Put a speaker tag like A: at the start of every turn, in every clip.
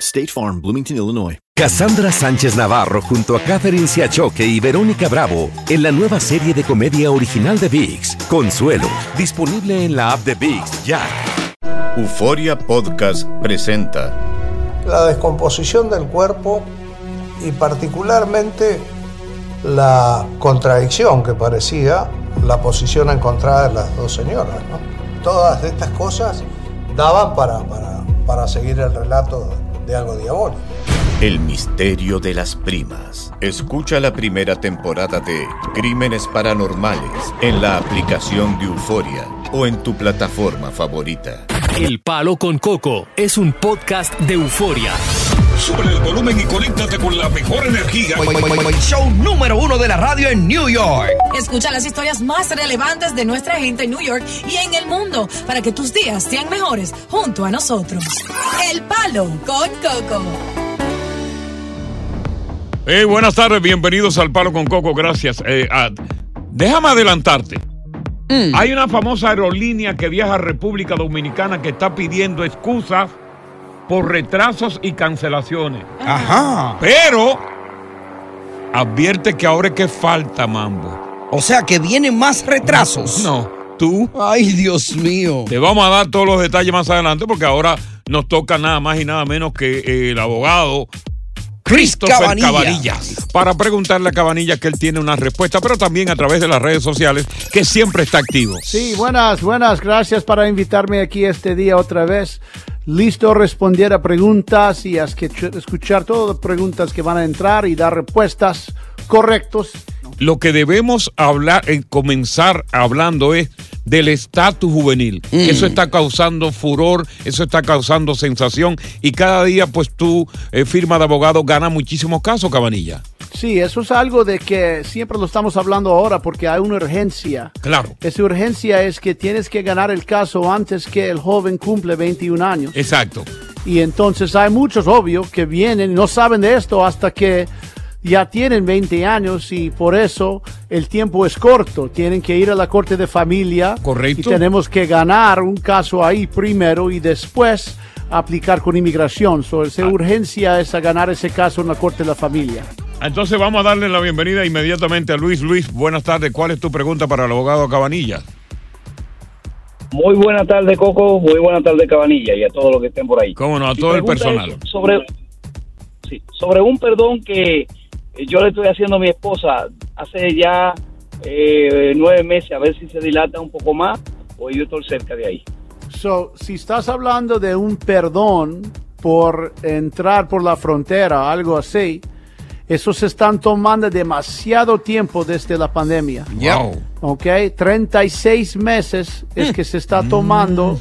A: State Farm, Bloomington, Illinois.
B: Cassandra Sánchez Navarro junto a Catherine Siachoque y Verónica Bravo en la nueva serie de comedia original de VIX, Consuelo, disponible en la app de VIX ya.
C: Euforia Podcast presenta
D: la descomposición del cuerpo y particularmente la contradicción que parecía la posición encontrada de las dos señoras. ¿no? Todas estas cosas daban para, para, para seguir el relato de algo diabólico.
C: El misterio de las primas. Escucha la primera temporada de Crímenes Paranormales en la aplicación de Euforia o en tu plataforma favorita.
E: El Palo con Coco es un podcast de euforia.
F: Sube el volumen y conéctate con la mejor energía.
G: Show número uno de la radio en New York.
H: Escucha las historias más relevantes de nuestra gente en New York y en el mundo para que tus días sean mejores junto a nosotros. El Palo con Coco.
F: Hey, buenas tardes, bienvenidos al Palo con Coco, gracias. Eh, ah, déjame adelantarte. Hay una famosa aerolínea que viaja a República Dominicana que está pidiendo excusas por retrasos y cancelaciones.
I: Ajá.
F: Pero advierte que ahora es que falta mambo.
I: O sea que vienen más retrasos.
F: No, tú
I: Ay, Dios mío.
F: te vamos a dar todos los detalles más adelante porque ahora nos toca nada más y nada menos que eh, el abogado Christopher
I: Cabanilla.
F: Cabanillas. Para preguntarle a Cabanillas que él tiene una respuesta, pero también a través de las redes sociales, que siempre está activo.
J: Sí, buenas, buenas. Gracias para invitarme aquí este día otra vez. Listo a responder a preguntas y a escuch- escuchar todas las preguntas que van a entrar y dar respuestas correctos.
F: Lo que debemos hablar, eh, comenzar hablando es del estatus juvenil. Eso está causando furor, eso está causando sensación y cada día pues tu eh, firma de abogado gana muchísimos casos, Cabanilla.
J: Sí, eso es algo de que siempre lo estamos hablando ahora porque hay una urgencia.
F: Claro.
J: Esa urgencia es que tienes que ganar el caso antes que el joven cumple 21 años.
F: Exacto.
J: Y entonces hay muchos, obvio, que vienen, no saben de esto hasta que ya tienen 20 años y por eso el tiempo es corto. Tienen que ir a la corte de familia.
F: Correcto.
J: Y tenemos que ganar un caso ahí primero y después aplicar con inmigración. So, esa urgencia es a ganar ese caso en la corte de la familia.
F: Entonces vamos a darle la bienvenida inmediatamente a Luis. Luis, buenas tardes. ¿Cuál es tu pregunta para el abogado Cabanilla?
K: Muy buena tarde, Coco. Muy buena tarde, Cabanilla, y a todos los que estén por ahí.
F: Cómo no, a
K: Mi
F: todo el
K: pregunta
F: personal.
K: es Sobre, sí, sobre un perdón que eh, yo le estoy haciendo a mi esposa hace ya eh, nueve meses, a ver si se dilata un poco más o yo estoy cerca de ahí.
J: So, si estás hablando de un perdón por entrar por la frontera, algo así, esos están tomando demasiado tiempo desde la pandemia.
F: Wow.
J: ¿ok? 36 meses es que se está tomando,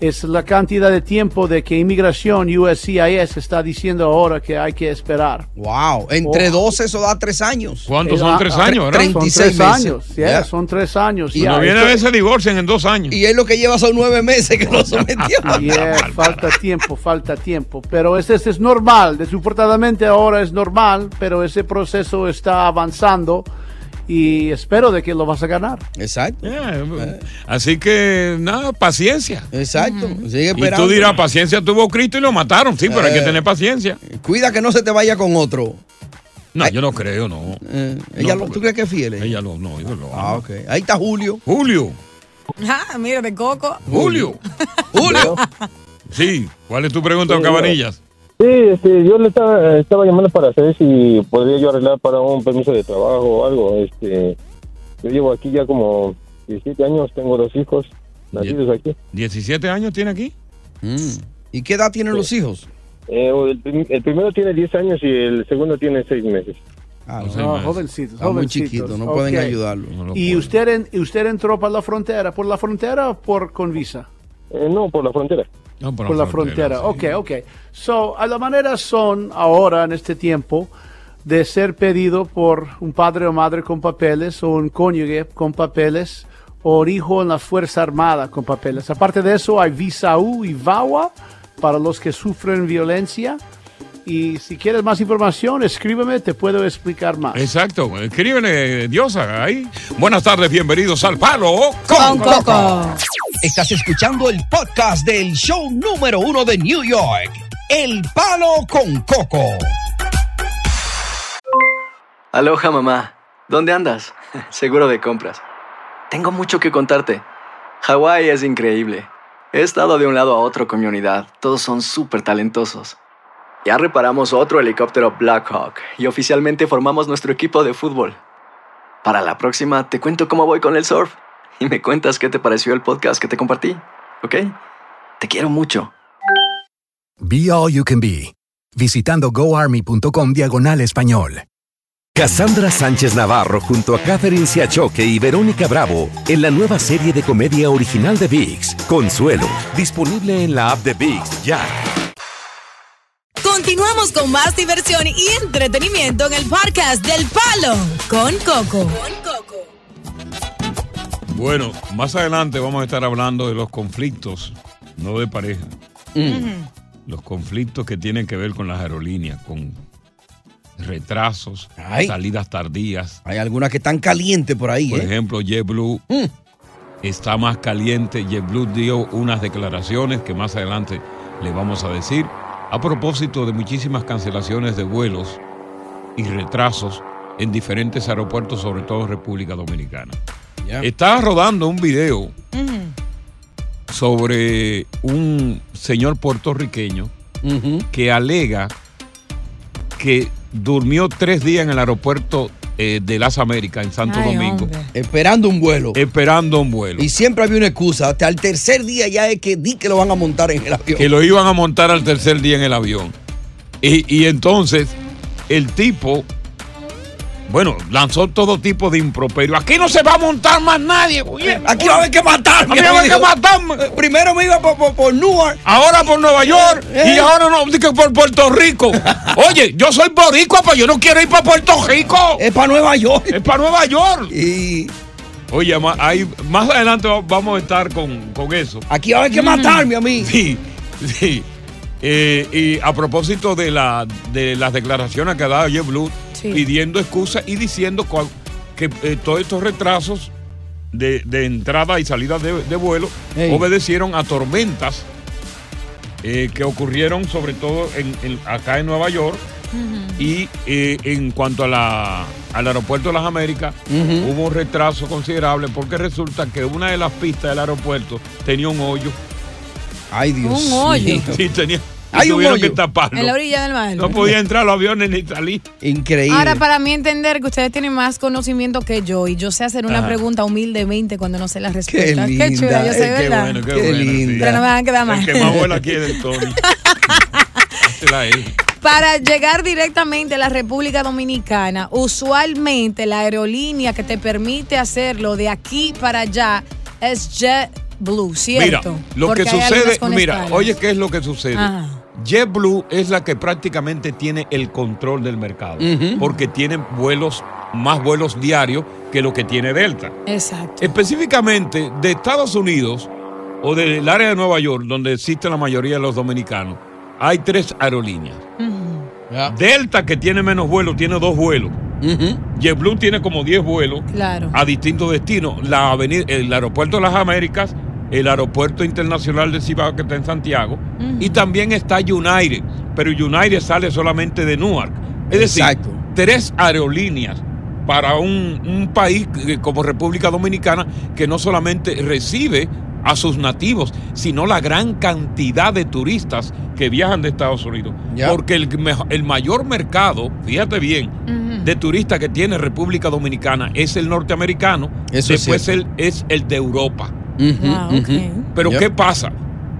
J: es la cantidad de tiempo de que inmigración USCIS está diciendo ahora que hay que esperar.
I: Wow. Entre
J: Oh.
I: 12 eso da tres años.
F: ¿Cuántos
J: Eh,
F: son?
J: ah,
F: Tres
J: ah,
F: años, ¿verdad?
I: treinta.
J: Son
I: 26
J: tres
I: meses.
J: años, sí,
I: Ya.
J: son tres años.
I: Y
J: ya.
F: No viene a ver se divorcian en dos años.
I: Y es lo que lleva son nueve meses que no se metió.
J: Yeah, falta tiempo, falta tiempo. Pero ese, ese es normal. Desafortunadamente ahora es normal, pero ese proceso está avanzando y espero de que lo vas a ganar.
I: Exacto. Eh.
F: Yeah, Eh, Así que Eh, nada, paciencia.
I: Exacto.
J: Mm.
I: Sigue
F: Y
I: esperando.
F: tú dirás, paciencia tuvo Cristo y lo mataron. Sí, pero hay que
I: Eh.
F: tener paciencia.
I: Cuida que no se te vaya con otro.
F: No, yo no creo, no.
I: Eh, ella
F: No,
I: lo-
F: porque-
I: ¿Tú crees que es fiel? eh?
F: Ella lo, no, yo lo
I: Ah,
F: amo.
I: ok. Ahí está Julio.
F: Julio,
H: Ah, mira de Coco.
F: Julio.
I: Julio.
F: Sí, ¿cuál es tu pregunta,
K: Sí,
F: Cabanillas?
K: Sí, este, yo le estaba, estaba llamando para saber si podría yo arreglar para un permiso de trabajo o algo. Este, yo llevo aquí ya como 17 años, tengo dos hijos
F: nacidos
K: aquí.
F: ¿17 años tiene aquí?
I: Mm. ¿Y qué edad tienen los hijos?
K: Eh, el, primero tiene 10 años y el segundo tiene 6 meses.
I: Ah,
F: No
I: no.
F: sé.
J: No,
F: más.
J: jovencitos,
I: Está muy
J: jovencitos.
I: chiquito, no
J: Ok.
I: pueden ayudarlo.
F: No lo
J: ¿Y
F: puedo.
J: usted, en- y usted entró para la frontera? ¿Por la frontera o por, con visa?
K: Eh, no, por la frontera.
F: No,
J: Por la frontera.
F: sí.
J: Ok, ok. So, a la manera son ahora, en este tiempo, de ser pedido por un padre o madre con papeles o un cónyuge con papeles o un hijo en la Fuerza Armada con papeles. Aparte de eso, hay visa U y VAWA para los que sufren violencia. Y si quieres más información, escríbeme, te puedo explicar más.
F: Exacto, escríbele, Diosa, ahí. Buenas tardes, bienvenidos al Palo
L: Estás escuchando el podcast del show número uno de New York, El Palo con Coco.
M: Aloha mamá, ¿dónde andas? Seguro de compras. Tengo mucho que contarte. Hawái es increíble. He estado de un lado a otro con mi unidad. Todos son súper talentosos. Ya reparamos otro helicóptero Blackhawk y oficialmente formamos nuestro equipo de fútbol. Para la próxima te cuento cómo voy con el surf y me cuentas qué te pareció el podcast que te compartí, ¿ok? Te quiero mucho.
N: Be All You Can Be. Visitando goarmy.com diagonal español.
B: Cassandra Sánchez Navarro junto a Catherine Siachoque y Verónica Bravo en la nueva serie de comedia original de VIX, Consuelo, disponible en la app de VIX ya.
H: Continuamos con más diversión y entretenimiento en el podcast del Palo con Coco.
F: Bueno, más adelante vamos a estar hablando de los conflictos, no de pareja. Los conflictos que tienen que ver con las aerolíneas, con retrasos, salidas tardías.
I: Hay algunas que están calientes por ahí,
F: Por
I: ¿eh? Mm.
F: ejemplo, JetBlue está más caliente. JetBlue dio unas declaraciones que más adelante le vamos a decir. A propósito de muchísimas cancelaciones de vuelos y retrasos en diferentes aeropuertos, sobre todo en República Dominicana. Estaba rodando un video sobre un señor puertorriqueño que alega que durmió tres días en el aeropuerto eh, de las Américas, en Santo
I: Ay,
F: Domingo.
I: hombre. Esperando un vuelo.
F: Esperando un vuelo.
I: Y siempre había una excusa. Hasta el tercer día ya es que di que lo van a montar en el avión.
F: que lo iban a montar al tercer día en el avión. Y, y entonces el tipo, bueno, lanzó todo tipo de improperio. Aquí no se va a montar más nadie. güey.
I: Eh, Aquí va a haber que matarme.
F: Aquí va a haber que
I: amigo.
F: matarme.
I: Primero me iba por, por, por Newark.
F: Ahora por Nueva York
I: Eh.
F: y ahora no, di que por Puerto Rico. Oye, yo soy boricua, pero yo no quiero ir para Puerto Rico.
I: Es para Nueva York.
F: Es para Nueva York. Oye, ma- ahí- más adelante va- vamos a estar con, con eso.
I: Aquí va a haber que matarme a mí.
F: Sí, sí. Eh, y a propósito de, la, de las declaraciones que ha dado Jeff Blue, pidiendo excusas y diciendo cual- que eh, todos estos retrasos de, de entrada y salida de, de vuelo
O: Ey.
F: obedecieron a tormentas eh, que ocurrieron sobre todo en- en- acá en Nueva York. Y eh, en cuanto a la, al aeropuerto de las Américas, hubo un retraso considerable porque resulta que una de las pistas del aeropuerto tenía un hoyo.
I: Ay,
H: Dios Un hoyo. mío.
F: Sí, tenía.
H: Hay
F: y
H: un
F: tuvieron
H: hoyo.
F: que taparlo.
H: En la orilla del mar.
F: No podía entrar los aviones ni salir.
I: Increíble.
H: Ahora, para mí entender que ustedes tienen más conocimiento que yo y yo sé hacer una
F: Ajá.
H: pregunta humildemente cuando no sé la respuesta.
F: linda,
H: chula, yo sé,
F: eh, qué
H: ¿verdad?
F: bueno, qué Qué bueno, sí. linda.
H: Pero no me van a quedar mal.
F: Es que más abuela quiere el Tony. Este Hazla ahí.
H: Para llegar directamente a la República Dominicana, usualmente la aerolínea que te permite hacerlo de aquí para allá es JetBlue,
F: Mira,
H: ¿cierto?
F: lo
H: Porque
F: que
H: hay algunas
F: sucede,
H: con Ah,
F: mira,
H: escalas.
F: oye, ¿qué es lo que sucede?
H: Ajá.
F: JetBlue es la que prácticamente tiene el control del mercado,
H: Ujú.
F: porque tiene vuelos, más vuelos diarios que lo que tiene Delta.
H: Exacto.
F: Específicamente de Estados Unidos o del área de Nueva York, donde existe la mayoría de los dominicanos, hay tres aerolíneas. Delta, que tiene menos vuelos, tiene dos vuelos. JetBlue tiene como 10 vuelos
H: Claro.
F: a distintos destinos. La aveni- el aeropuerto de las Américas, el aeropuerto internacional de Cibao que está en Santiago, y también está United, pero United sale solamente de Newark. Es decir, tres aerolíneas para un, un país que- como República Dominicana que no solamente recibe a sus nativos, sino la gran cantidad de turistas que viajan de Estados Unidos. Porque el, mejo- el mayor mercado, fíjate bien, de turistas que tiene República Dominicana es el norteamericano,
I: Eso es
F: después el, es el de Europa.
H: Ah,
F: Pero
I: Yep.
F: ¿qué pasa?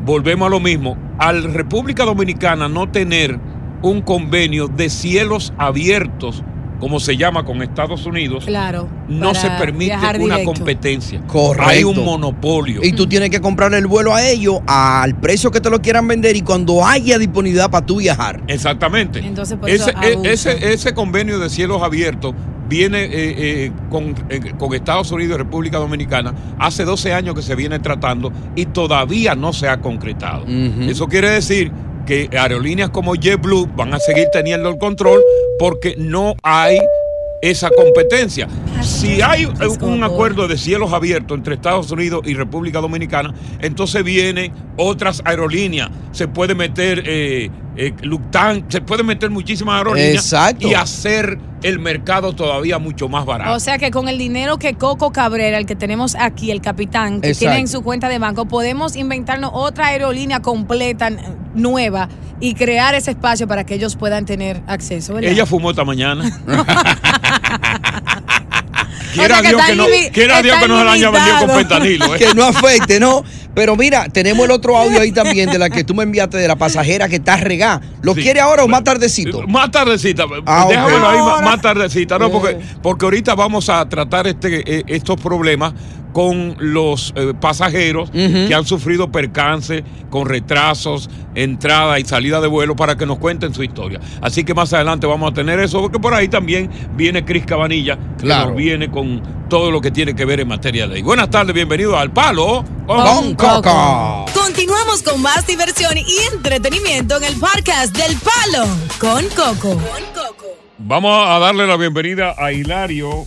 F: Volvemos a lo mismo. Al República Dominicana no tener un convenio de cielos abiertos como se llama con Estados Unidos,
H: Claro.
F: no
H: para
F: se permite
H: viajar
F: una
H: directo.
F: competencia.
L: Correcto.
F: Hay un monopolio.
L: Y tú tienes que comprar el vuelo a ellos al precio que te lo quieran vender y cuando haya disponibilidad para tú viajar.
F: Exactamente.
H: Entonces, por eso
F: Ese, e-
H: abusan.
F: ese, ese convenio de cielos abiertos viene eh, eh, con, eh, con Estados Unidos y República Dominicana hace 12 años que se viene tratando y todavía no se ha concretado. Eso quiere decir que aerolíneas como JetBlue van a seguir teniendo el control porque no hay esa competencia. Si hay un acuerdo de cielos abiertos entre Estados Unidos y República Dominicana, entonces vienen otras aerolíneas, se puede meter eh, eh, Lufthansa, se puede meter muchísimas aerolíneas
L: Exacto.
F: y hacer el mercado todavía mucho más barato.
H: O sea que con el dinero que Coco Cabrera, el que tenemos aquí, el capitán, que
F: Exacto.
H: tiene en su cuenta de banco, podemos inventarnos otra aerolínea completa, n- nueva, y crear ese espacio para que ellos puedan tener acceso. ¿verdad?
F: Ella fumó esta mañana.
H: O sea
F: quiera
H: que
F: Dios
H: están
F: que no,
H: limi-
F: quiera Dios que
H: están
F: no se la haya vendido con fentanilo. ¿eh?
L: Que no afecte, ¿no? Pero mira, tenemos el otro audio ahí también de la que tú me enviaste de la pasajera que está regada. ¿Lo quiere ahora o más tardecito?
F: Eh, Más tardecita. Pues
L: Ah, ok.
F: Déjamelo ahí más, más tardecita, ¿no? Porque, porque ahorita vamos a tratar este, eh, estos problemas con los eh, pasajeros que han sufrido percance con retrasos, entrada y salida de vuelo para que nos cuenten su historia. Así que más adelante vamos a tener eso, porque por ahí también viene Cris Cabanilla, que
L: Claro.
F: nos viene con todo lo que tiene que ver en materia de ley. Buenas tardes, bienvenidos al Palo
L: Con Coco.
H: Continuamos con más diversión y entretenimiento en el podcast del Palo con Coco.
F: Vamos a darle la bienvenida a Hilario,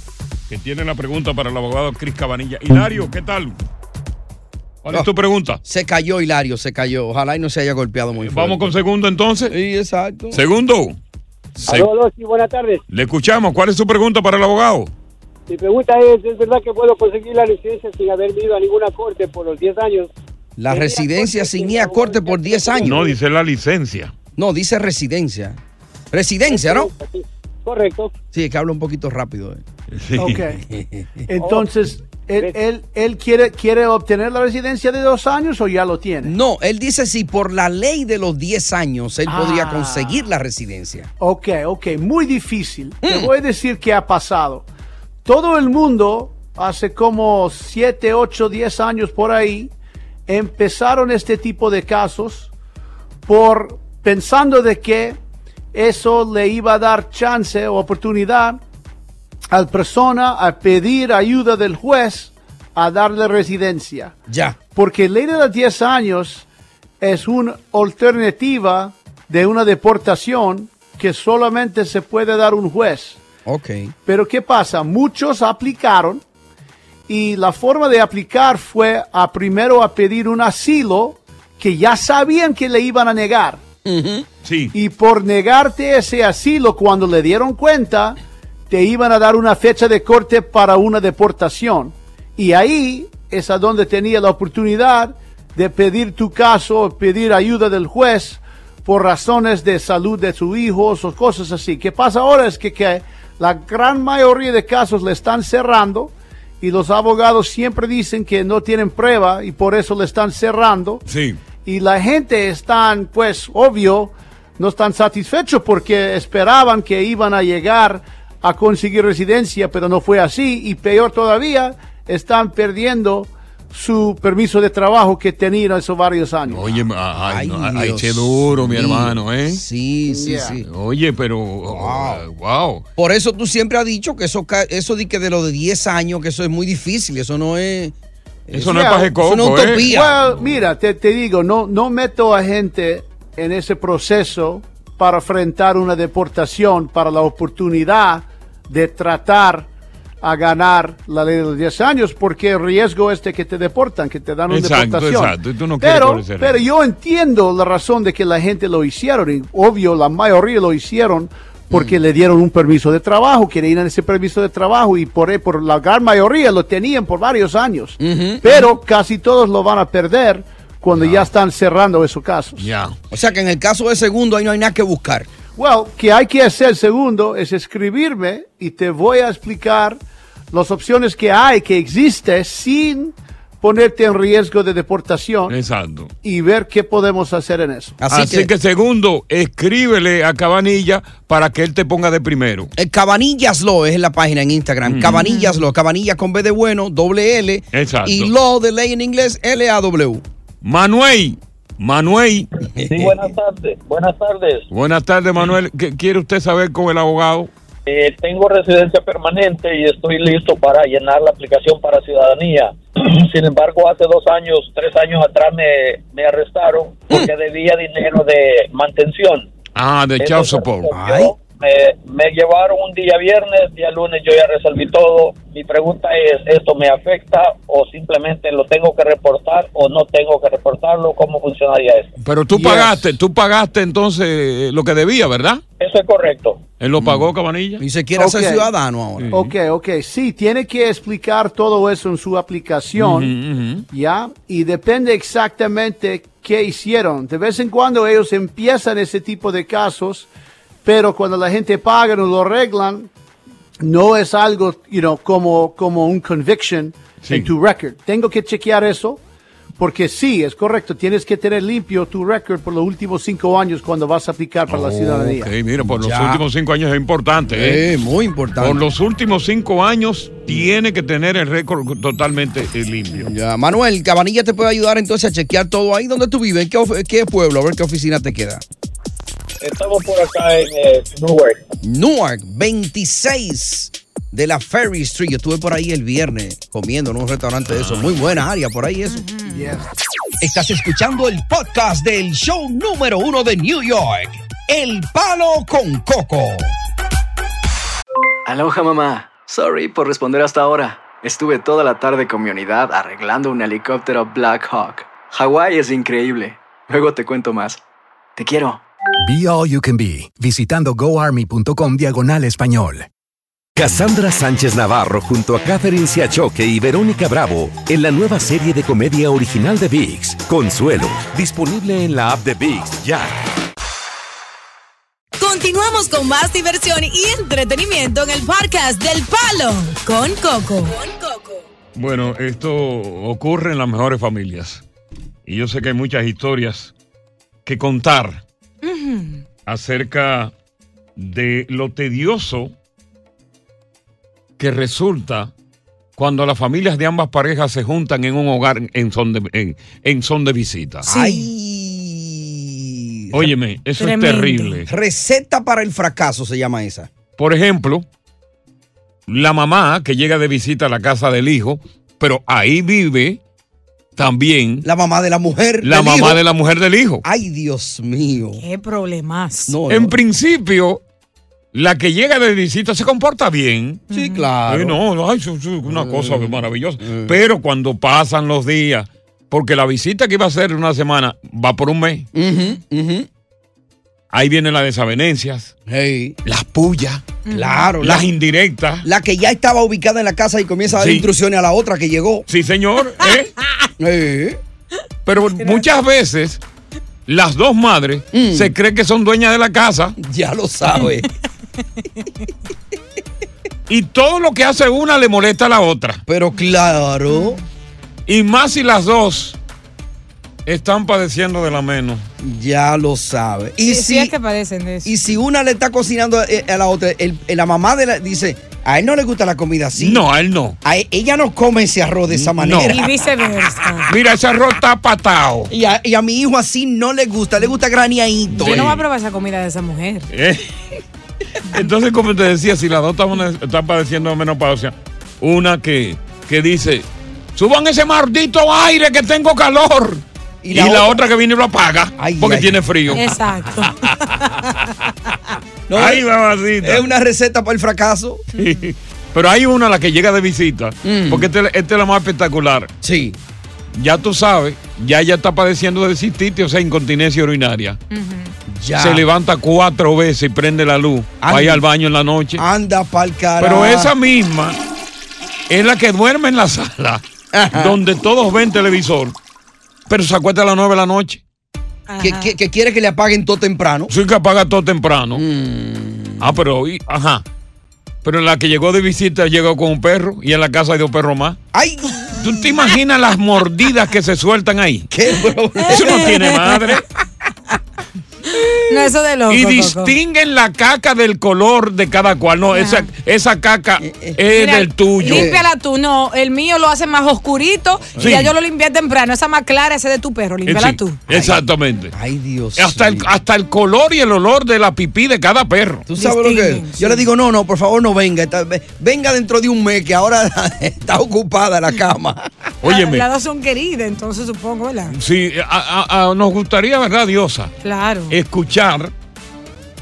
F: que tiene la pregunta para el abogado Cris Cabanilla. Hilario, ¿qué tal? ¿Cuál es tu pregunta?
L: Ah, Se cayó, Hilario, se cayó. Ojalá y no se haya golpeado muy fuerte.
F: Vamos con segundo entonces.
L: Sí, exacto.
F: Segundo. Se-
O: Aló, aló, sí, buenas tardes.
F: Le escuchamos. ¿Cuál es su pregunta para el abogado?
O: Mi pregunta es, ¿es verdad que puedo conseguir la licencia sin haber ido a ninguna corte por los 10 años?
L: La residencia sin ir a corte por 10 años.
F: No, dice la licencia.
L: No, dice residencia. Residencia, ¿no?
O: Correcto.
L: Sí, es que habla un poquito rápido. eh.
J: Ok. Entonces, él, él- él quiere, quiere obtener la residencia de dos años o ya lo tiene.
L: No, él dice si por la ley de los 10 años él
J: Ah.
L: podría conseguir la residencia. Mm.
J: Ok, ok, muy difícil. Te voy a decir qué ha pasado. Todo el mundo, hace como 7, 8, 10 años por ahí, empezaron este tipo de casos por pensando de que eso le iba a dar chance o oportunidad a la persona a pedir ayuda del juez a darle residencia.
L: Ya.
J: Porque ley de los 10 años es una alternativa de una deportación que solamente se puede dar un juez.
L: Ok.
J: Pero ¿qué pasa? Muchos aplicaron y la forma de aplicar fue a primero a pedir un asilo que ya sabían que le iban a negar.
F: Sí.
J: Y por negarte ese asilo, cuando le dieron cuenta, te iban a dar una fecha de corte para una deportación. Y ahí es a donde tenía la oportunidad de pedir tu caso, pedir ayuda del juez por razones de salud de sus hijos o cosas así. ¿Qué pasa ahora? Es que, que la gran mayoría de casos le están cerrando y los abogados siempre dicen que no tienen prueba y por eso le están cerrando
F: Sí.
J: y la gente están, pues, obvio, no están satisfechos porque esperaban que iban a llegar a conseguir residencia, pero no fue así. Y peor todavía, están perdiendo su permiso de trabajo que tenían hace varios años.
F: Oye, ay,
J: Ay,
F: no, ay,
J: Dios
F: qué duro, mi
J: mío.
F: hermano, ¿eh?
L: Sí, sí,
J: Yeah.
L: sí.
F: Oye, pero. Wow.
L: Por eso tú siempre has dicho que eso, ca- eso de que de los de 10 años, que eso es muy difícil, eso no es...
J: Yeah.
L: Eso no
F: ¿eh?
L: es utopía.
J: Well, mira, te, te digo, no, no meto a gente en ese proceso para enfrentar una deportación, para la oportunidad de tratar a ganar la ley de los 10 años, porque el riesgo es de que te deportan, que te dan una
F: Exacto,
J: deportación.
F: exacto, y tú no quieres
J: pero,
F: correr ese
J: pero
F: riesgo.
J: yo entiendo la razón de que la gente lo hicieron, y obvio, la mayoría lo hicieron
L: Mm.
J: porque le dieron un permiso de trabajo, querían ese permiso de trabajo y por, por la gran mayoría lo tenían por varios años. Pero casi todos lo van a perder cuando ya están cerrando esos casos.
F: Ya.
L: O sea que en el caso de segundo ahí no hay nada que buscar.
J: Well, que hay que hacer segundo es escribirme y te voy a explicar las opciones que hay, que existe sin ponerte en riesgo de deportación
F: Exacto.
J: y ver qué podemos hacer en eso.
F: Así, que... segundo, escríbele a Cabanilla para que él te ponga de primero.
L: Eh, Cabanillas Lo es la página en
F: Mm.
L: Instagram. Cabanillas Lo, Cabanillas con B de bueno, doble L.
F: Exacto.
L: Y Lo de ley en inglés, L-A-W.
F: Manuel, Manuel.
P: Sí, buenas tardes. Buenas tardes.
F: Buenas tardes, Manuel. ¿Qué quiere usted saber con el abogado?
P: Eh, tengo residencia permanente y estoy listo para llenar la aplicación para ciudadanía. Sin embargo, hace dos años, tres años atrás me, me arrestaron porque debía dinero de mantención.
F: Ah, de Chao Support.
P: Yo- me, me llevaron un día viernes, día lunes yo ya resolví todo. Mi pregunta es, ¿esto me afecta o simplemente lo tengo que reportar o no tengo que reportarlo? ¿Cómo funcionaría eso?
F: Pero tú pagaste, tú pagaste entonces eh, lo que debía, ¿verdad?
P: Eso es correcto.
F: Él lo pagó, Cabanilla.
L: Y se
J: Ok. Ok, ok. Sí, tiene que explicar todo eso en su aplicación, ¿ya? Y depende exactamente qué hicieron. De vez en cuando ellos empiezan ese tipo de casos, pero cuando la gente paga no lo arreglan, no es algo, you know, como, como un conviction en tu record. Tengo que chequear eso. Porque sí, es correcto, tienes que tener limpio tu record por los últimos cinco años cuando vas a aplicar para la ciudadanía.
F: Ok, mira, por los
J: Ya.
F: últimos cinco años es importante.
J: Eh,
L: muy importante.
F: Por los últimos cinco años tiene que tener el récord totalmente eh, limpio.
L: Ya, Manuel, Cabanillas te puede ayudar entonces a chequear todo ahí donde tú vives, en qué, of- qué pueblo, a ver qué oficina te queda.
P: Estamos por acá en eh, Newark.
L: Newark, 26 de la Ferry Street. Yo estuve por ahí el viernes comiendo en un restaurante de eso. Muy buena área por ahí eso.
J: Estás
L: escuchando el podcast del show número uno de New York, El Palo con Coco.
M: Aloha mamá. Sorry por responder hasta ahora. Estuve toda la tarde con mi unidad arreglando un helicóptero Black Hawk. Hawái es increíble. Luego te cuento más. Te quiero.
N: Be All You Can Be, visitando goarmy.com diagonal español.
B: Cassandra Sánchez Navarro junto a Catherine Siachoque y Verónica Bravo en la nueva serie de comedia original de VIX, Consuelo, disponible en la app de VIX ya.
H: Continuamos con más diversión y entretenimiento en el podcast del Palo con Coco.
F: Bueno, esto ocurre en las mejores familias. Y yo sé que hay muchas historias que contar
Q: Mm-hmm.
F: acerca de lo tedioso que resulta cuando las familias de ambas parejas se juntan en un hogar en son de, en, en son de visita. Óyeme, eso es terrible.
L: Receta para el fracaso se llama esa.
F: Por ejemplo, la mamá que llega de visita a la casa del hijo, pero ahí vive también
L: la mamá de la mujer.
F: La
L: del
F: mamá
L: hijo.
F: de la mujer del hijo.
L: Ay, Dios mío.
H: Qué problemas.
F: en principio, la que llega de visita se comporta bien.
L: Sí, claro. Mm.
F: Ay, no, no, ay, su- su- una cosa maravillosa. Pero cuando pasan los días, porque la visita que iba a hacer una semana va por un mes. Ahí vienen las desavenencias, las pullas,
L: Claro,
F: las
L: la-
F: indirectas.
L: La que ya estaba ubicada en la casa y comienza a dar
F: Sí.
L: instrucciones a la otra que llegó.
F: Sí, señor. ¿eh? Pero muchas veces las dos madres se creen que son dueñas de la casa.
L: Mm. Ya lo sabe.
F: y todo lo que hace una le molesta a la otra.
L: Pero claro.
F: Y más si las dos están padeciendo de la menos.
L: Ya lo sabe. Y si, Y si una le está cocinando eh, a la otra, el- el- la mamá de la, dice, a él no le gusta la comida así.
F: No, a él no.
L: A e- ella no come ese arroz de esa manera.
H: Y viceversa.
F: Mira, ese arroz está patado.
L: Y a, y a mi hijo así no le gusta, le gusta graniadito.
H: Yo no voy a probar esa comida de esa mujer.
F: ¿eh? Entonces, como te decía, si las dos están, están padeciendo de menopausia, una que, que dice, suban ese maldito aire que tengo calor. Y la, otra, que viene y lo apaga porque
L: ay.
F: tiene frío.
H: Exacto.
L: No,
F: Ay, mamacita.
L: Es una receta para el fracaso. Mm.
F: Sí. Pero hay una a la que llega de visita, porque esta este es la más espectacular.
L: Sí.
F: Ya tú sabes, ya ella está padeciendo de cistitis, o sea, incontinencia urinaria.
L: Ya.
F: Se levanta cuatro veces y prende la luz.
L: Anda.
F: Va ir al baño en la noche.
L: Anda pa'l carajo.
F: Pero esa misma es la que duerme en la sala, donde todos ven televisor, pero se acuesta a las nueve de la noche.
L: Que, que- que quiere que le apaguen todo temprano. Mm.
F: Soy que apaga todo temprano. Ah, pero, y- ajá. Pero la que llegó de visita llegó con un perro y en la casa hay dos perros más.
L: ¡Ay!
F: ¿Tú te imaginas las mordidas que se sueltan ahí? Eso no tiene madre.
H: No, eso de loco.
F: y
H: Coco.
F: distinguen la caca del color de cada cual. No, esa, esa caca es
H: Eh, Mira,
F: del tuyo.
H: Límpiala tú, no. El mío lo hace más oscurito
F: Sí.
H: y ya yo lo limpié temprano. Esa más clara, ese de tu perro. Límpiala
F: Sí,
H: tú.
F: Exactamente.
I: Ay, Dios.
F: Hasta el, hasta el color y el olor de la pipí de cada perro.
I: ¿Tú sabes lo que es? Yo le digo, no, no, por favor no venga. Está- ve- venga dentro de un mes que ahora está ocupada la cama.
F: Óyeme.
H: Las dos son queridas, entonces supongo, ¿verdad?
F: Sí, a- a- a- nos gustaría, ¿verdad, Diosa?
H: Claro.
F: Escuchar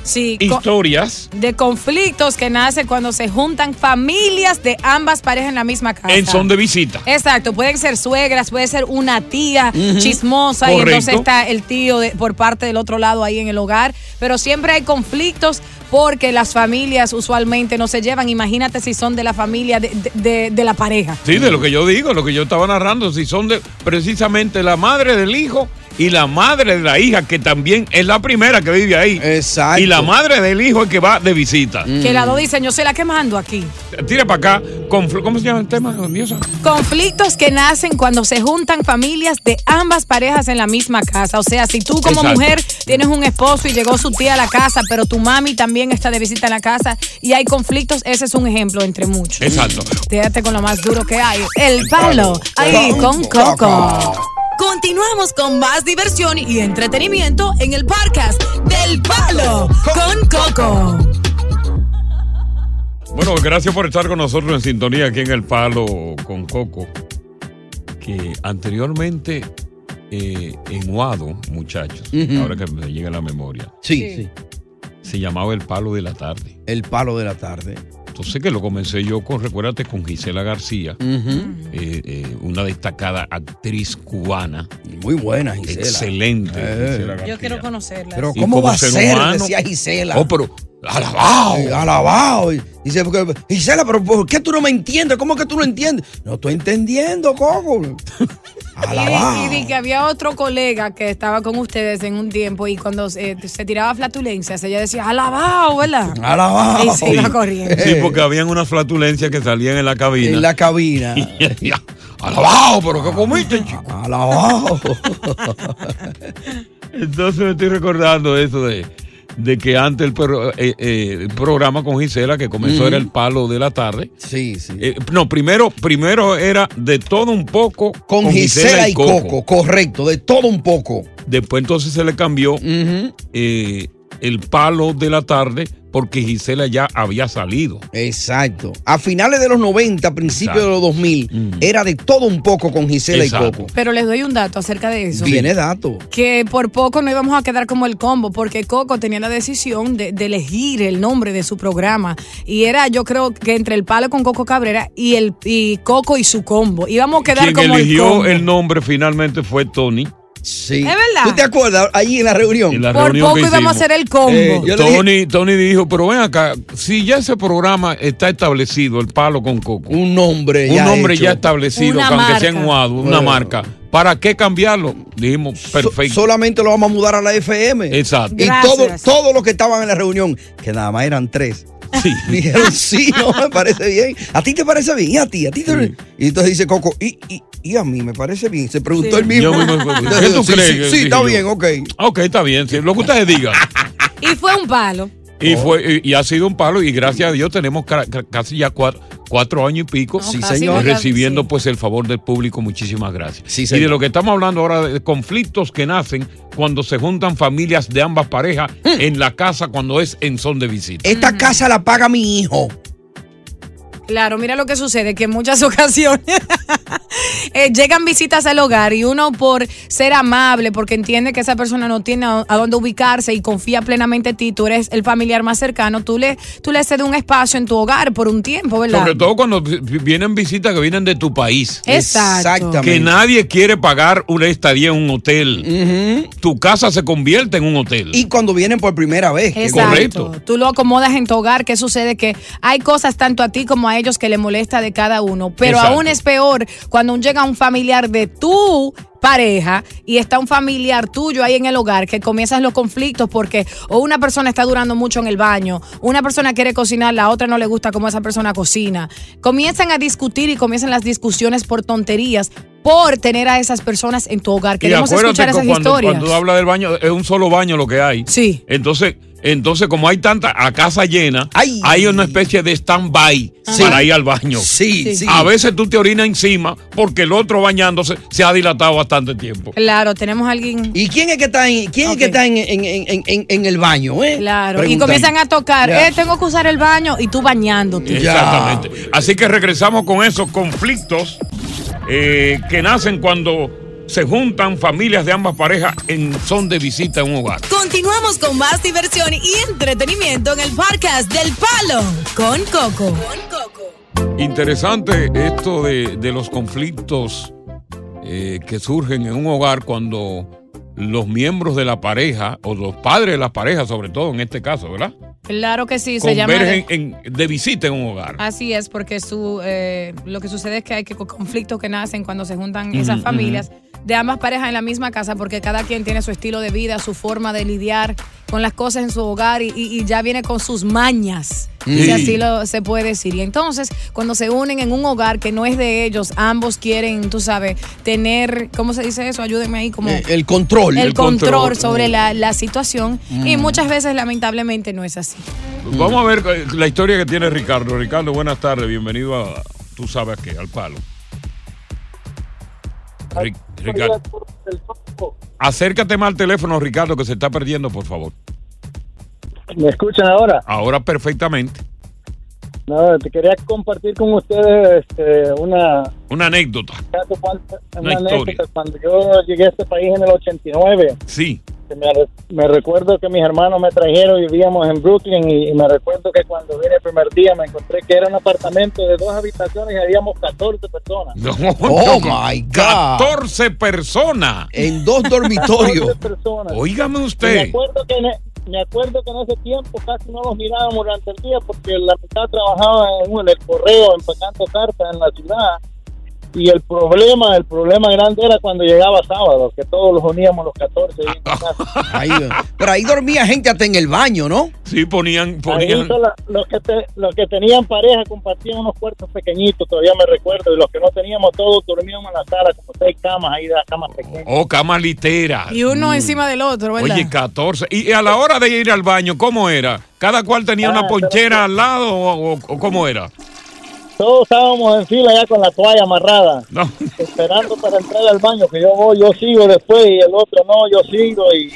H: Sí. co-
F: historias
H: de conflictos que nacen cuando se juntan familias de ambas parejas en la misma casa.
F: en son de visita.
H: Exacto, pueden ser suegras, puede ser una tía
F: Ujú.
H: chismosa y
F: Correcto.
H: entonces está el tío de- por parte del otro lado ahí en el hogar, pero siempre hay conflictos porque las familias usualmente no se llevan, imagínate si son de la familia de, de- de- de la pareja.
F: Sí, de lo que yo digo, lo que yo estaba narrando, si son de precisamente la madre del hijo y la madre de la hija, que también es la primera que vive ahí. Exacto. Y la madre del hijo es que va de visita.
H: Que las dos
F: Mm.
H: dicen, yo soy la que mando aquí.
F: Tira para acá. confl- ¿Cómo se llama el tema? Diosa?
H: Conflictos que nacen cuando se juntan familias de ambas parejas en la misma casa. O sea, si tú como
F: Exacto.
H: mujer tienes un esposo y llegó su tía a la casa, pero tu mami también está de visita en la casa y hay conflictos, ese es un ejemplo entre muchos.
F: Exacto.
H: Quédate con lo más duro que hay. El palo. Ahí con Coco. Continuamos con más diversión y entretenimiento en el podcast del palo con Coco.
F: Bueno, gracias por estar con nosotros en sintonía aquí en El Palo con Coco. Que anteriormente eh, en Uado, muchachos,
I: Ujú.
F: ahora que me llega la memoria,
I: Sí, sí.
F: se llamaba El Palo de la Tarde.
I: El palo de la tarde.
F: Entonces que lo comencé yo con, recuérdate, con Gisela García, eh, eh, una destacada actriz cubana.
I: Muy buena, Gisela.
F: Excelente,
I: Eh.
F: Gisela García.
H: Yo quiero conocerla.
I: Pero
F: Y
I: ¿cómo
F: como
I: va a
F: ser
I: ser?
F: humano-
I: Decía Gisela.
F: Oh, pero alabado.
I: Eh, alabado. Y Dice, porque, Gisela, pero ¿por qué tú no me entiendes? ¿Cómo que tú no entiendes? No estoy entendiendo, Coco.
H: Y, y
I: alabado.
H: di que había otro colega que estaba con ustedes en un tiempo y cuando eh, se tiraba flatulencias, ella decía, alabado, ¿verdad?
I: Alabado.
H: Y se iba corriendo.
F: Sí, porque habían unas flatulencias que salían en la cabina.
I: En la cabina.
F: Alabado, pero ¿qué
I: Ah,
F: comiste, chico?
I: Alabado.
F: Entonces me estoy recordando eso de, de que antes el, perro- eh, eh, el programa con Gisela, que comenzó
I: Ujú.
F: era el palo de la tarde.
I: Sí, sí.
F: Eh, no, primero, primero era de todo un poco
I: Con, Gisela, y Coco. correcto, de todo un poco.
F: Después entonces se le cambió eh, el palo de la tarde porque Gisela ya había salido.
I: Exacto. A finales de los 90, principios de los 2000, era de todo un poco con Gisela y
F: Mm. Exacto.
I: Coco.
H: Pero les doy un dato acerca de eso.
I: Viene dato.
H: Que por poco no íbamos a quedar como el combo, porque Coco tenía la decisión de, de elegir el nombre de su programa. Y era, yo creo que entre el palo con Coco Cabrera y el y Coco y su combo. Íbamos a quedar
F: Quien
H: como el combo.
F: eligió el, nombre finalmente fue Tony.
I: Sí.
H: Es verdad.
I: ¿Tú te acuerdas? Allí en la reunión. Eh,
F: En la
H: Por
F: reunión
H: poco
F: que
H: íbamos a
F: hicimos.
H: hacer el combo.
I: yo le dije-
F: Tony, Tony dijo, pero ven acá, si ya ese programa está establecido, el palo con coco.
I: Un nombre
F: Un
I: ya
F: nombre
I: hecho.
F: ya establecido,
I: Una
F: que aunque sea
I: marca.
F: enjuado, una
I: Eh.
F: marca. ¿Para qué cambiarlo? Dijimos, perfecto.
I: Solamente lo vamos a mudar a la FM.
F: Exacto.
I: Y todos todos los que estaban en la reunión, que nada más eran tres. Dijeron, sí, no, me parece bien. ¿A ti te parece bien? ¿Y a ti? ¿A ti te- Y entonces dice Coco, y, y- y a mí me parece bien. Se preguntó
F: Sí.
I: el mismo.
F: Yo mismo me pregunté.
I: Entonces,
F: ¿Qué tú
I: sí,
F: crees
I: sí,
F: que
I: sí,
F: dije
I: está
F: yo?
I: bien, ok.
F: Ok, está bien, sí, lo que ustedes digan.
H: Y fue un palo.
I: Oh.
F: Y, fue, y, y ha sido un palo y gracias a Dios tenemos ca- ca- casi ya cuatro, cuatro años y pico
I: Sí, casi señor. ya,
F: recibiendo pues el favor del público. Muchísimas gracias.
I: Sí,
F: y
I: señor.
F: de lo que estamos hablando ahora, de conflictos que nacen cuando se juntan familias de ambas parejas en la casa cuando es en son de visita.
I: Hmm. Esta casa la paga mi hijo.
H: Claro, mira lo que sucede, que en muchas ocasiones eh, llegan visitas al hogar y uno por ser amable, porque entiende que esa persona no tiene a, a dónde ubicarse y confía plenamente en ti, tú eres el familiar más cercano, tú le, tú le cedes un espacio en tu hogar por un tiempo, ¿verdad?
F: Hmm. Sobre todo cuando vi- vienen visitas que vienen de tu país.
H: Exacto. Exactamente.
F: Que nadie quiere pagar una estadía en un hotel. Tu casa se convierte en un hotel.
I: Y cuando vienen por primera vez. que-
H: Exacto. Tú lo acomodas en tu hogar, que sucede que hay cosas tanto a ti como a ellos que le molesta de cada uno. Pero
F: Exacto.
H: aún es peor cuando llega un familiar de tu pareja y está un familiar tuyo ahí en el hogar que comienzas los conflictos porque o una persona está durando mucho en el baño, una persona quiere cocinar, la otra no le gusta cómo esa persona cocina. Comienzan a discutir y comienzan las discusiones por tonterías por tener a esas personas en tu hogar. Queremos
F: y acuérdate
H: escuchar esas
F: que cuando,
H: historias.
F: cuando habla del baño, es un solo baño lo que hay.
H: Sí.
F: Entonces, entonces como hay tanta, a casa llena, hay una especie de stand-by para ir al baño.
I: Sí, sí.
F: A veces tú te orinas encima porque el otro bañándose se ha dilatado bastante tiempo.
H: Claro, tenemos a alguien.
I: ¿Y quién es que está en, quién es que está en, en- en- en- en el baño? Eh?
H: Claro, y
I: Preguntan.
H: comienzan a tocar,
I: Ya.
H: eh, tengo que usar el baño y tú bañándote.
F: Exactamente. Así que regresamos con esos conflictos eh, que nacen cuando se juntan familias de ambas parejas en son de visita a un hogar.
R: Continuamos con más diversión y entretenimiento en el podcast del Palo con Coco.
F: Interesante esto de, de los conflictos eh, que surgen en un hogar cuando los miembros de la pareja o los padres de la pareja, sobre todo en este caso, ¿verdad?
H: Claro que sí, se llama.
F: Convergen en- de visita en un hogar.
H: Así es, porque su, eh, lo que sucede es que hay que conflictos que nacen cuando se juntan
F: Ujú,
H: esas
F: ujú.
H: familias de ambas parejas en la misma casa, porque cada quien tiene su estilo de vida, su forma de lidiar con las cosas en su hogar y, y- y ya viene con sus mañas, si
S: Sí.
H: así lo se puede decir. Y entonces, cuando se unen en un hogar que no es de ellos, ambos quieren, tú sabes, tener, ¿cómo se dice eso? Ayúdenme ahí, como...
I: Eh, el control.
H: El control, sobre la, la situación y
F: Mm.
H: muchas veces lamentablemente no es así. Mm.
F: Vamos a ver eh, la historia que tiene Ricardo. Ricardo, buenas tardes, bienvenido a tú sabes qué, al palo. Ri- Ricardo, acércate más al teléfono, Ricardo, que se está perdiendo, por favor.
O: ¿Me escuchan
H: Ah.
O: ahora?
F: Ahora perfectamente.
O: No, te quería compartir con ustedes este, una,
F: Una anécdota.
O: una
F: Una historia.
O: anécdota. Cuando yo llegué a este país en el 89,
F: Sí.
O: que me, re- me recuerdo que mis hermanos me trajeron, vivíamos en Brooklyn y, y me recuerdo que cuando vine el primer día me encontré que era un apartamento de dos habitaciones y habíamos 14 personas.
F: Oh my God. 14 personas.
I: En dos
O: 14 personas. Y
F: Óigame
O: Me
F: usted.
O: acuerdo, que en, e- me acuerdo que en ese tiempo casi no los mirábamos durante el día porque la mitad trabajaba en, en el correo empacando cartas en la ciudad. Y el problema, el problema grande era cuando llegaba sábado, que todos los uníamos los 14. ahí en casa.
I: Ahí, pero ahí dormía gente hasta en el baño, ¿no?
F: Sí, ponían,
O: Ahí solo- los, que te- los que tenían pareja compartían unos cuartos pequeñitos, todavía me recuerdo, y los que no teníamos todos dormíamos en la sala, como seis camas ahí de las camas pequeñas.
F: Oh, cama litera.
H: Y uno encima del otro, ¿verdad?
F: Mm. Oye, 14. ¿Y a la hora de ir al baño, cómo era? ¿Cada cual tenía
O: Ah,
F: una ponchera al lado o, o- o cómo era?
O: Todos estábamos en fila ya con la toalla amarrada,
F: No.
O: esperando para entrar al baño, que yo voy, yo sigo después, y el otro no, yo sigo, y, y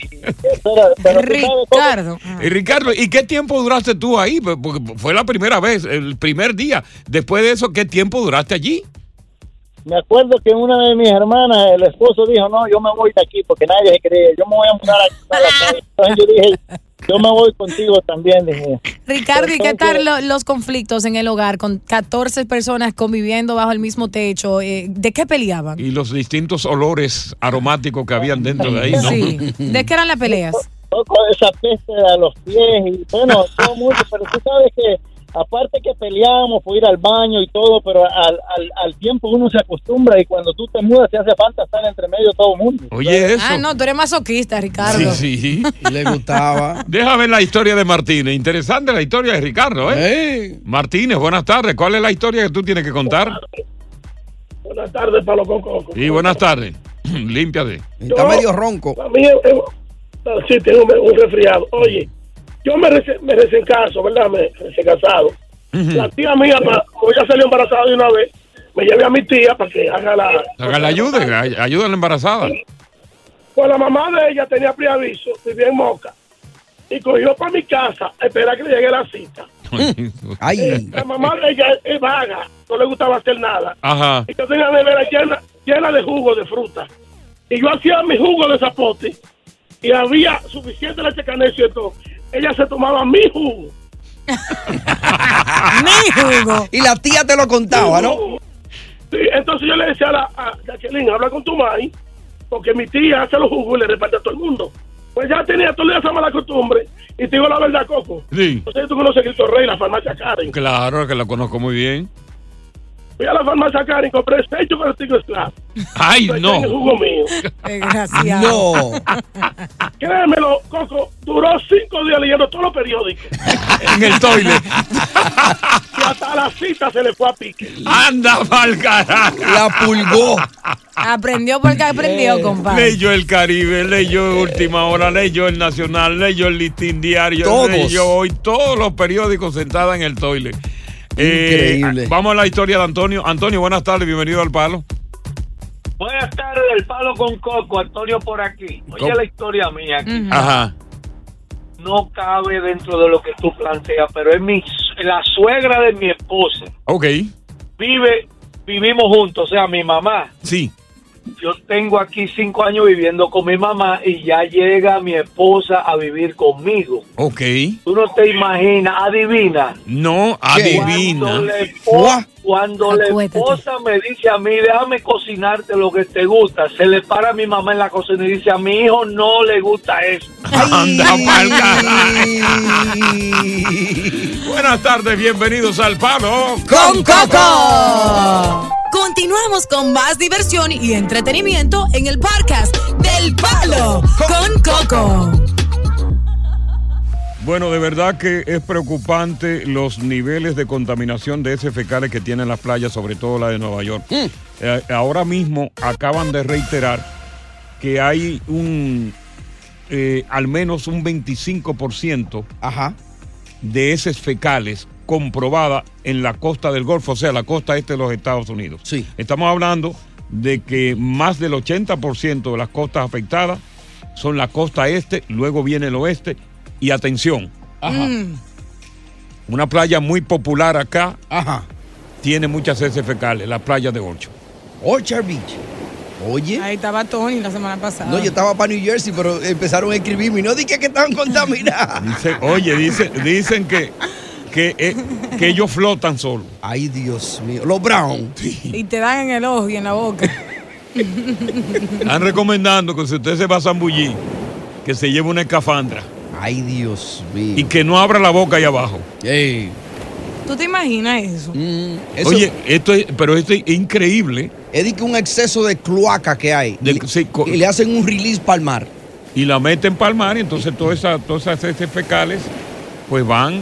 O: eso era- pero tú sabes cómo-
F: Y Ricardo, ¿y qué tiempo duraste tú ahí? Pues, Porque fue la primera vez, el primer día. Después de eso, ¿qué tiempo duraste allí?
O: Me acuerdo que una de mis hermanas, el esposo dijo, no, yo me voy de aquí porque nadie se creía, yo me voy a mudar aquí a la calle. Entonces yo dije, yo me voy contigo también, dije.
H: Ricardo, ¿y qué
O: Entonces-
H: tal lo- los conflictos en el hogar con 14 personas conviviendo bajo el mismo techo? Eh, ¿De qué peleaban?
F: Y los distintos olores aromáticos que habían dentro de ahí, ¿no?
H: Sí. ¿De qué eran las peleas?
O: Toco esa peste a los pies y bueno, todo mucho, pero tú sabes que aparte que peleábamos por ir al baño y todo, pero al, al, al tiempo uno se acostumbra y cuando tú te mudas te hace falta estar entre medio de todo el mundo.
F: Oye, eso.
H: Ah, no, tú eres masoquista, Ricardo.
F: Sí, sí.
I: Le gustaba.
F: Deja ver la historia de Martínez. Interesante la historia de Ricardo, ¿eh? Martínez, buenas tardes. ¿Cuál es la historia que tú tienes que contar?
T: Buenas tardes, Palo con Coco.
F: Y buenas tardes. Límpiate.
T: Yo- A mí, eh, eh, sí, tengo un, un resfriado. Oye, yo me, reci- me recién caso, ¿verdad? Me recién casado. La tía mía, pa- como ya salió embarazada de una vez, me llevé a mi tía para que haga la...
F: Haga la ayuda, ay- ayuda a la embarazada.
T: Pues la mamá de ella tenía preaviso, vivía en Moca. Y cogió para mi casa a esperar que le llegue la cita. Eh, La mamá de ella es- es vaga, no le gustaba hacer nada.
F: Ajá.
T: Y yo tenía la nevera llena, llena de jugo de fruta. Y yo hacía mi jugo de zapote. Y había suficiente leche canecio y todo. Ella se tomaba mi jugo.
H: mi jugo.
I: Y la tía te lo contaba, ¿no?
T: Sí, entonces yo le decía a, la, a Jacqueline, habla con tu mami, porque mi tía hace los jugos y le reparte a todo el mundo. Pues ya tenía todo el día esa mala costumbre. Y te digo la verdad, Coco.
F: Sí.
T: Entonces tú conoces a Cristo Rey, la farmacia Karen.
F: Claro, que la conozco muy bien.
T: Fui a la farmacia Karen y compré seis chocolaticos Slap.
F: Ay,
T: Estoy
F: no.
T: en el jugo mío.
I: Ah,
F: No.
T: Créemelo, Coco, duró cinco días leyendo todos los periódicos.
F: En el toile.
T: Y hasta la cita se le fue a pique.
F: Anda mal carajo.
I: La pulgó.
H: Aprendió porque aprendió, compadre.
F: Leyó el Caribe, leyó Última Hora, leyó el Nacional, leyó el Listín Diario,
I: Todos.
F: leyó hoy todos los periódicos sentada en el toile. Eh,
I: Increíble.
F: vamos a la historia de Antonio. Antonio, buenas tardes, bienvenido al Palo.
S: Buenas tardes, el palo con coco, Antonio por aquí. Oye
F: ¿Cómo?
S: la historia mía aquí.
F: Ajá.
S: No cabe dentro de lo que tú planteas, pero es mi la suegra de mi esposa.
F: Ok.
S: Vive, vivimos juntos, o sea, mi mamá.
F: Sí.
S: Yo tengo aquí cinco años viviendo con mi mamá y ya llega mi esposa a vivir conmigo.
F: Ok.
S: Tú no te imaginas, adivina.
F: No
S: ¿Qué?
F: adivina.
S: Cuando la esposa, cuando la esposa me dice a mí, déjame cocinarte lo que te gusta, se le para a mi mamá en la cocina y dice, a mi hijo no le gusta eso.
F: Anda pa'l carajo. Buenas tardes, bienvenidos al Palo
R: con Coco. Continuamos con más diversión y entretenimiento en el podcast del Palo con Coco.
F: Bueno, de verdad que es preocupante los niveles de contaminación de ese fecales que tienen las playas, sobre todo la de Nueva York. Eh, ahora mismo acaban de reiterar que hay un, eh, al menos un 25% de esos fecales comprobada en la costa del Golfo, o sea, la costa este de los Estados Unidos. Estamos hablando de que más del 80% de las costas afectadas son la costa este, luego viene el oeste, y atención, una playa muy popular acá tiene muchas heces fecales, la playa de Orchard.
I: Orchard Beach. Oye.
H: Ahí estaba Tony la semana pasada.
I: No, yo estaba para New Jersey, pero empezaron a escribirme y no dije que estaban contaminadas.
F: Dice- oye, dice- dicen que, que, eh, que ellos flotan solo.
I: Ay, Dios mío. Los Brown.
H: Y te dan en el ojo y en la boca.
F: Están recomendando que si usted se va a zambullir, que se lleve una escafandra.
I: Ay, Dios mío.
F: Y que no abra la boca ahí abajo.
H: ¿Tú te imaginas eso?
F: Oye, esto es, pero esto es increíble.
I: Es de que un exceso de cloaca que hay.
F: De- sí, co-
I: Y le hacen un release para el mar.
F: y la meten para el mar y entonces todas esas, todas esas heces fecales pues van